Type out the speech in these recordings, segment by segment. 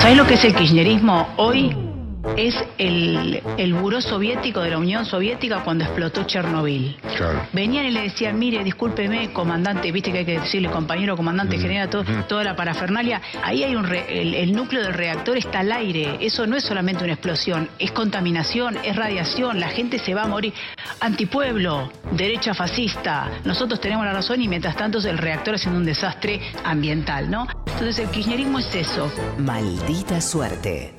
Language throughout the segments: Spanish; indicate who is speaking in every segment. Speaker 1: ¿Sabes lo que es el kirchnerismo hoy? Es el, el buró soviético de la Unión Soviética cuando explotó Chernobyl.
Speaker 2: Claro.
Speaker 1: Venían y le decían, mire, discúlpeme, comandante, viste que hay que decirle compañero, comandante, genera todo- toda la parafernalia. Ahí hay un re- el, el núcleo del reactor está al aire. Eso no es solamente una explosión, es contaminación, es radiación, la gente se va a morir. Antipueblo, derecha fascista, nosotros tenemos la razón y mientras tanto el reactor haciendo un desastre ambiental, ¿no? Entonces el kirchnerismo es eso.
Speaker 3: Maldita suerte.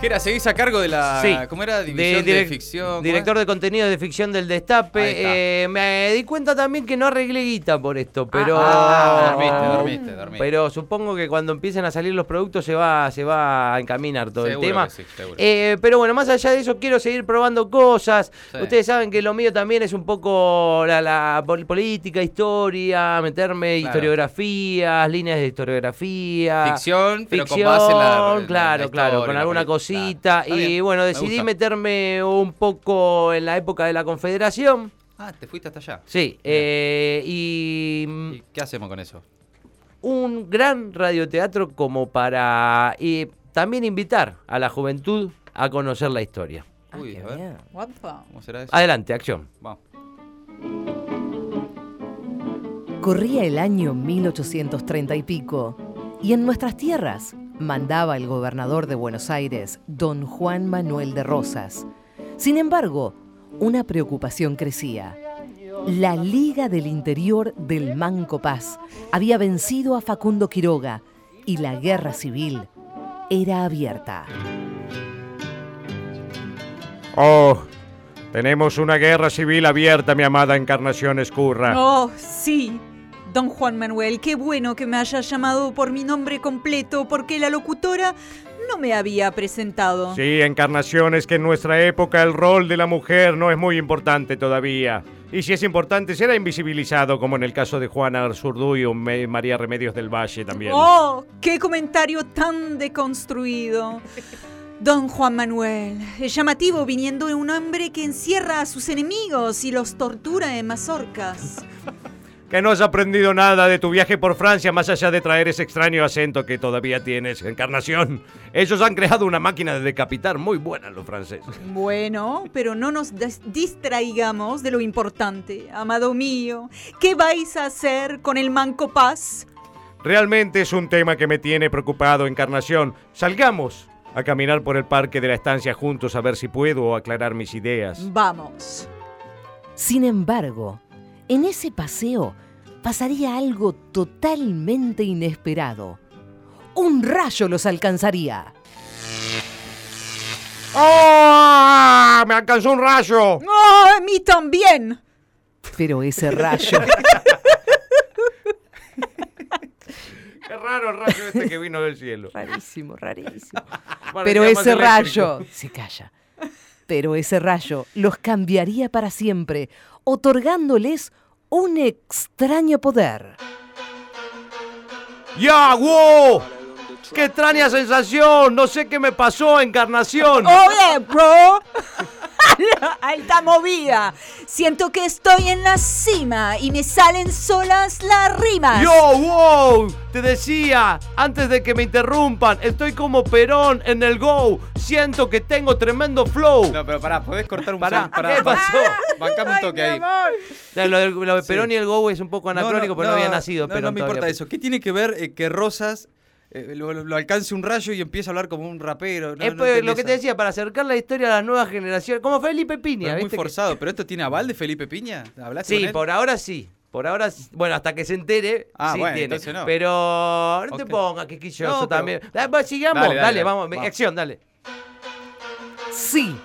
Speaker 4: Gera, seguís a cargo de la.
Speaker 5: Sí.
Speaker 4: ¿Cómo era? División de,
Speaker 5: direc-
Speaker 4: ficción. ¿cómo
Speaker 5: Director de contenido de ficción del Destape.
Speaker 4: Ahí está.
Speaker 5: Eh, me di cuenta también que no arreglé guita por esto, pero.
Speaker 4: ah, dormiste, dormiste, dormiste.
Speaker 5: Pero supongo que cuando empiecen a salir los productos se va, se va a encaminar todo
Speaker 4: Seguro
Speaker 5: el tema.
Speaker 4: que sí, seguro.
Speaker 5: Eh, pero bueno, más allá de eso, quiero seguir probando cosas.
Speaker 4: Sí.
Speaker 5: Ustedes saben que lo mío también es un poco la, la pol- política, historia, meterme
Speaker 4: Claro.
Speaker 5: historiografías, líneas de historiografía.
Speaker 4: Ficción, pero con
Speaker 5: Ficción,
Speaker 4: base en la- en la- en la
Speaker 5: claro, claro,
Speaker 4: historia,
Speaker 5: con
Speaker 4: la
Speaker 5: alguna
Speaker 4: política.
Speaker 5: cosita.
Speaker 4: Está
Speaker 5: Y
Speaker 4: bien,
Speaker 5: bueno,
Speaker 4: me
Speaker 5: decidí
Speaker 4: gusta.
Speaker 5: meterme un poco en la época de la Confederación.
Speaker 4: Ah, te fuiste hasta allá.
Speaker 5: Sí, eh, y mm,
Speaker 4: ¿Y qué hacemos con eso?
Speaker 5: un gran radioteatro como para eh, también invitar a la juventud a conocer la historia.
Speaker 4: Uy, a ver. ¿Cómo será eso?
Speaker 5: Adelante, acción.
Speaker 4: Vamos.
Speaker 3: Corría el año 1830 y pico, y en nuestras tierras mandaba el gobernador de Buenos Aires, don Juan Manuel de Rosas. Sin embargo, una preocupación crecía. La Liga del Interior del Manco Paz había vencido a Facundo Quiroga y la guerra civil era abierta.
Speaker 6: Oh, tenemos una guerra civil abierta, mi amada Encarnación Escurra.
Speaker 7: Oh, sí. Don Juan Manuel, qué bueno que me hayas llamado por mi nombre completo, porque la locutora no me había presentado.
Speaker 6: Sí, Encarnación, es que en nuestra época el rol de la mujer no es muy importante todavía. Y si es importante, será invisibilizado, como en el caso de Juana Arzurduy o Me- eh, María Remedios del Valle también.
Speaker 7: Oh, qué comentario tan deconstruido. Don Juan Manuel, es llamativo viniendo de un hombre que encierra a sus enemigos y los tortura en mazorcas.
Speaker 6: Que no has aprendido nada de tu viaje por Francia, más allá de traer ese extraño acento que todavía tienes, Encarnación. Ellos han creado una máquina de decapitar muy buena, los franceses.
Speaker 7: Bueno, pero no nos des- distraigamos de lo importante, amado mío. ¿Qué vais a hacer con el Manco Paz?
Speaker 6: Realmente es un tema que me tiene preocupado, Encarnación. Salgamos a caminar por el parque de la estancia juntos a ver si puedo aclarar mis
Speaker 3: Mm.
Speaker 6: ideas.
Speaker 7: Vamos.
Speaker 3: Sin embargo, en ese paseo pasaría algo totalmente inesperado. Un rayo los alcanzaría.
Speaker 6: ¡Oh! ¡Me alcanzó un rayo!
Speaker 7: ¡Oh, a mí también!
Speaker 3: Pero ese rayo
Speaker 6: Qué raro el rayo este que vino del cielo.
Speaker 3: Rarísimo, rarísimo.
Speaker 6: Parecía
Speaker 3: Pero
Speaker 6: más
Speaker 3: ese
Speaker 6: eléctrico.
Speaker 3: rayo, se calla. Pero ese rayo los cambiaría para siempre, otorgándoles un extraño poder.
Speaker 6: ¡Ya, wow! ¡Qué extraña sensación! No sé qué me pasó, Encarnación.
Speaker 7: ¡Oye, bro! ¡Alta movida! Siento que estoy en la cima y me salen solas las rimas.
Speaker 6: Yo, wow, te decía, antes de que me interrumpan, estoy como Perón en el Go. Siento que tengo tremendo flow.
Speaker 4: No, pero pará, podés cortar un
Speaker 5: Pará,
Speaker 4: segundo, pará,
Speaker 5: ¿qué
Speaker 4: ba-
Speaker 5: pasó?
Speaker 4: Bancame un toque ahí.
Speaker 5: Ya, Lo, del- lo de Perón
Speaker 4: Sí.
Speaker 5: y el Go es un poco anacrónico, pero no, había nacido.
Speaker 4: No,
Speaker 5: Perón
Speaker 4: no me
Speaker 5: todavía.
Speaker 4: importa eso. ¿Qué tiene que ver eh, que Rosas eh, lo, lo- lo alcance un rayo y empieza a hablar como un rapero? No,
Speaker 5: es
Speaker 4: no
Speaker 5: pues
Speaker 4: entendí
Speaker 5: lo que
Speaker 4: esa.
Speaker 5: te decía, para acercar la historia a las nuevas generaciones, como Felipe
Speaker 4: Pero
Speaker 5: Piña.
Speaker 4: es muy
Speaker 5: ¿viste que-
Speaker 4: forzado, pero esto tiene aval de Felipe Piña. ¿Hablaste
Speaker 5: Sí,
Speaker 4: con él?
Speaker 5: por ahora sí. Por ahora, s- bueno, hasta que se entere,
Speaker 4: Ah,
Speaker 5: sí
Speaker 4: bueno,
Speaker 5: tiene.
Speaker 4: entonces no.
Speaker 5: Pero no te
Speaker 4: Ok.
Speaker 5: pongas quisquilloso
Speaker 4: No, pero-
Speaker 5: también. Da- va, sigamos,
Speaker 4: Dale,
Speaker 5: dale,
Speaker 4: dale, dale.
Speaker 5: vamos,
Speaker 4: Vamos.
Speaker 5: acción, dale.
Speaker 3: Sí,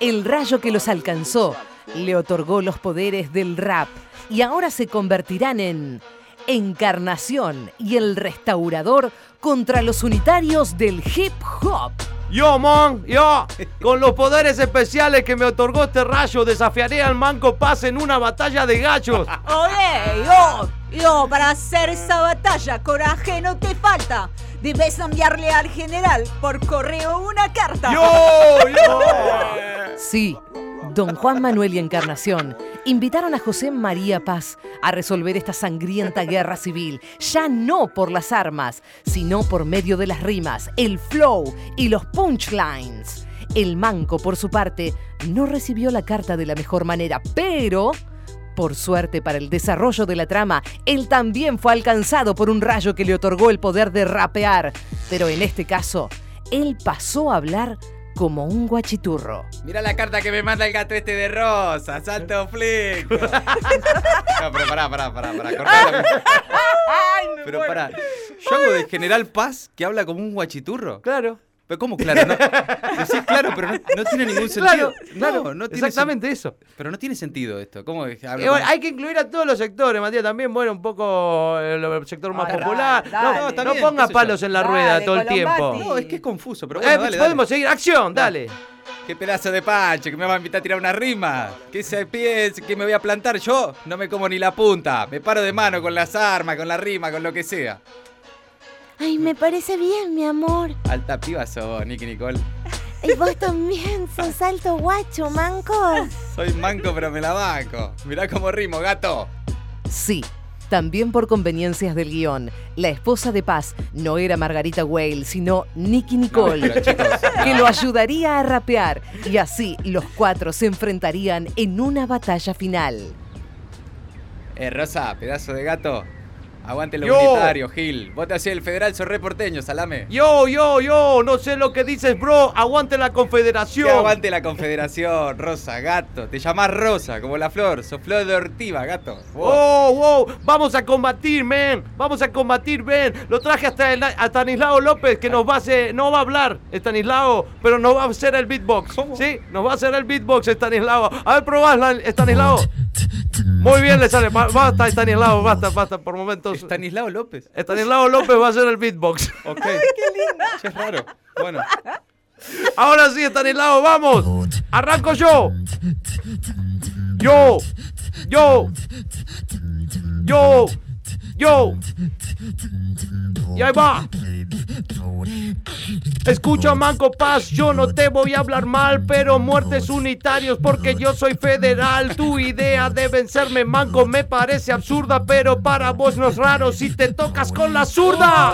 Speaker 3: el rayo que los alcanzó le otorgó los poderes del rap y ahora se convertirán en Encarnación y el restaurador contra los unitarios del hip hop.
Speaker 5: Yo, mon, yo, con los poderes especiales que me otorgó este rayo, desafiaré al Manco Paz en una batalla de gachos.
Speaker 7: ¡Oye, yo! Yo, para hacer esa batalla, coraje no te falta. Debes enviarle al general por correo una carta.
Speaker 5: ¡Yo, yo!
Speaker 3: Sí, don Juan Manuel y Encarnación invitaron a José María Paz a resolver esta sangrienta guerra civil, ya no por las armas, sino por medio de las rimas, el flow y los punchlines. El manco, por su parte, no recibió la carta de la mejor manera, pero, por suerte para el desarrollo de la trama, él también fue alcanzado por un rayo que le otorgó el poder de rapear. Pero en este caso, él pasó a hablar como un guachiturro.
Speaker 4: Mira la carta que me manda el gato este de rosa, salto flico. No, pero pará, pará, pará, pará. cortala. pero pará. Yo hago de General Paz que habla como un guachiturro.
Speaker 5: Claro.
Speaker 4: Pero ¿cómo claro? No, decís claro, pero no, no tiene ningún sentido.
Speaker 5: Claro, claro,
Speaker 4: No, no tiene
Speaker 5: exactamente eso.
Speaker 4: sen- pero no tiene sentido esto. ¿Cómo es que hablo
Speaker 5: Eh, bueno,
Speaker 4: como-
Speaker 5: hay que incluir a todos los sectores, Matías, también, bueno, un poco el, el sector más
Speaker 3: Dale,
Speaker 5: popular.
Speaker 3: dale.
Speaker 5: no,
Speaker 3: No,
Speaker 5: no
Speaker 4: está bien,
Speaker 5: ponga
Speaker 4: qué sé yo.
Speaker 5: palos en la
Speaker 3: Dale,
Speaker 5: rueda todo el
Speaker 3: Colombati.
Speaker 5: tiempo.
Speaker 4: No, es que es confuso, pero
Speaker 5: Eh,
Speaker 4: bueno, dale, dale.
Speaker 5: podemos seguir, acción, dale.
Speaker 4: Qué pedazo de pancho que me va a invitar a tirar una rima. Que se piense que me voy a plantar yo. No me como ni la punta. Me paro de mano con las armas, con la rima, con lo que sea.
Speaker 2: Ay, me parece bien, mi amor.
Speaker 4: Alta piba sos, Nicky Nicole.
Speaker 2: Y vos también sos alto guacho, manco.
Speaker 4: Soy manco, pero me la banco. Mirá cómo rimo, gato.
Speaker 3: Sí, también por conveniencias del guión, la esposa de Paz no era Margarita Whale, sino Nicky Nicole.
Speaker 4: Pero, chicos,
Speaker 3: que lo ayudaría a rapear y así los cuatro se enfrentarían en una batalla final.
Speaker 4: Eh, Rosa, pedazo de gato. Aguante lo
Speaker 5: Yo.
Speaker 4: unitario, Gil. Vos te hacés el federal, sos re porteño, salame.
Speaker 5: Yo, yo, yo, no sé lo que dices, bro. Aguante la
Speaker 4: Que
Speaker 5: confederación.
Speaker 4: aguante la confederación, Rosa, gato. Te llamás Rosa, como la flor. Sos flor de ortiva, gato. Vos.
Speaker 5: Oh, wow, vamos a combatir, men. Vamos a combatir, ven. Lo traje hasta, el, a Stanislao López, que nos va a hacer, no va a hablar, Stanislao, pero nos va a hacer el beatbox. Sí, nos va a hacer el beatbox, Stanislao. A ver, probás, la- Stanislao. Muy bien, le sale. Ba- Basta, Stanislao, basta, basta, por momentos.
Speaker 4: Estanislao López.
Speaker 5: Stanislao López va a hacer el beatbox.
Speaker 4: Ok. Che, es raro. Bueno.
Speaker 5: Ahora sí, Stanislao, vamos. Arranco yo. Yo, yo, yo, yo. Y ahí va. Escucha, Manco Paz, yo no te voy a hablar mal, pero muertes unitarios porque yo soy federal. Tu idea de vencerme, Manco, me parece absurda, pero para vos no es raro si te tocas con la zurda.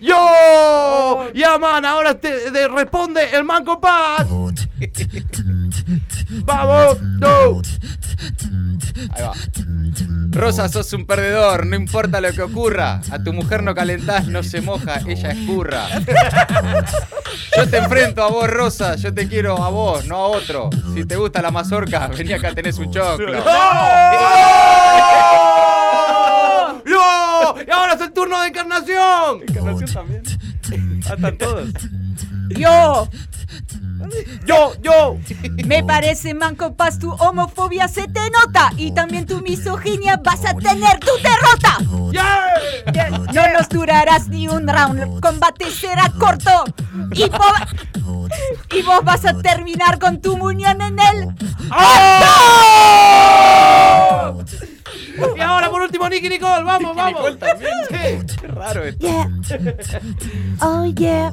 Speaker 5: Yo, ya man, ahora te, te responde el Manco Paz. Vamos, no.
Speaker 4: Ahí va. Rosa, sos un perdedor, no importa lo que ocurra. A tu mujer no calentás, no se moja, ella escurra. Yo te enfrento a vos, Rosa, yo te quiero a vos, no a otro. Si te gusta la mazorca, vení acá, tenés un choclo.
Speaker 5: ¡No! ¡No! ¡Y ahora es el turno de encarnación!
Speaker 4: también. Hasta todos.
Speaker 7: Yo,
Speaker 5: ¡Yo, yo!
Speaker 7: me parece, Manco Paz, tu homofobia se te nota. Y también tu misoginia vas a tener tu derrota.
Speaker 5: ¡Yeah!
Speaker 7: Ya No nos durarás ni un round. El combate será corto. Y, vo- y vos vas a terminar con tu muñón en él.
Speaker 5: ¡Ah! Y ahora por último, Nicky Nicole, vamos, vamos. Sí.
Speaker 4: Qué raro
Speaker 5: ¡Eh,
Speaker 4: esto.
Speaker 2: Yeah. Oh yeah.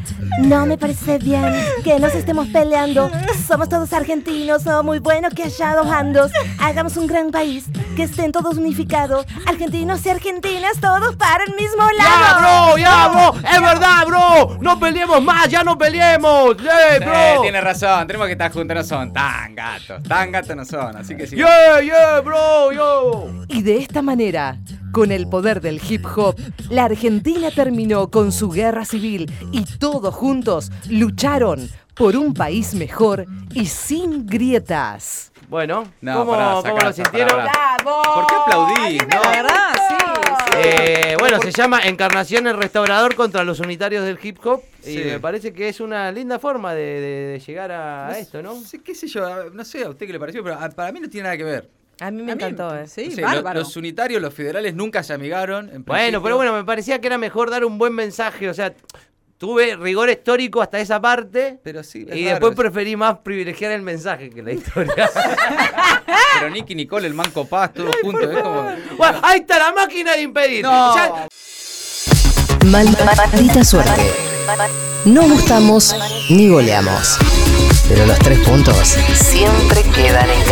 Speaker 2: No me parece bien que nos estemos peleando. Somos todos argentinos, oh, muy bueno que haya dos bandos. Hagamos un gran país, que estén todos unificados. Argentinos y argentinas, todos para el mismo
Speaker 5: Ya,
Speaker 2: lado.
Speaker 5: bro, ya, bro. Es verdad, bro. No peleemos más, ya no peleemos. Yeah,
Speaker 4: Eh,
Speaker 5: bro.
Speaker 4: tienes razón, tenemos que estar juntos, no son tan gatos. Tan gatos no son, así que sí.
Speaker 5: Yeah, yeah, bro, yo.
Speaker 3: Y de esta manera, con el poder del hip hop, la Argentina terminó con su guerra civil y todos juntos lucharon por un país mejor y sin grietas.
Speaker 5: Bueno,
Speaker 4: No,
Speaker 5: ¿cómo,
Speaker 4: pará,
Speaker 5: cómo
Speaker 4: sacá,
Speaker 5: lo
Speaker 4: sacá,
Speaker 5: sintieron?
Speaker 4: pará, pará. ¿Por qué aplaudís? No.
Speaker 7: sí.
Speaker 4: Ah,
Speaker 5: Eh, bueno, se llama Encarnación el Restaurador contra los Unitarios del Hip Hop.
Speaker 4: Sí.
Speaker 5: Y me parece que es una linda forma de, de- de llegar a, a esto, ¿no?
Speaker 4: No sé, qué sé yo, a- no sé a usted qué le pareció, pero a- para mí no tiene nada que ver.
Speaker 3: A mí me encantó, ¿eh?
Speaker 7: Sí,
Speaker 4: No sé, lo-
Speaker 7: bárbaro.
Speaker 4: los unitarios, los federales nunca se amigaron. en
Speaker 5: Bueno,
Speaker 4: principio.
Speaker 5: pero bueno, me parecía que era mejor dar un buen mensaje. O sea, tuve rigor histórico hasta esa parte.
Speaker 4: Pero sí, es
Speaker 5: y
Speaker 4: raro
Speaker 5: después
Speaker 4: eso.
Speaker 5: preferí más privilegiar el mensaje que la historia.
Speaker 4: Pero Nicky, Nicole, el Manco Paz, todos juntos. Es como...
Speaker 5: bueno, ahí está la máquina de impedir.
Speaker 4: No.
Speaker 5: Ya-
Speaker 3: Mal- Maldita suerte. No gustamos ni goleamos. Pero los tres puntos siempre quedan en casa.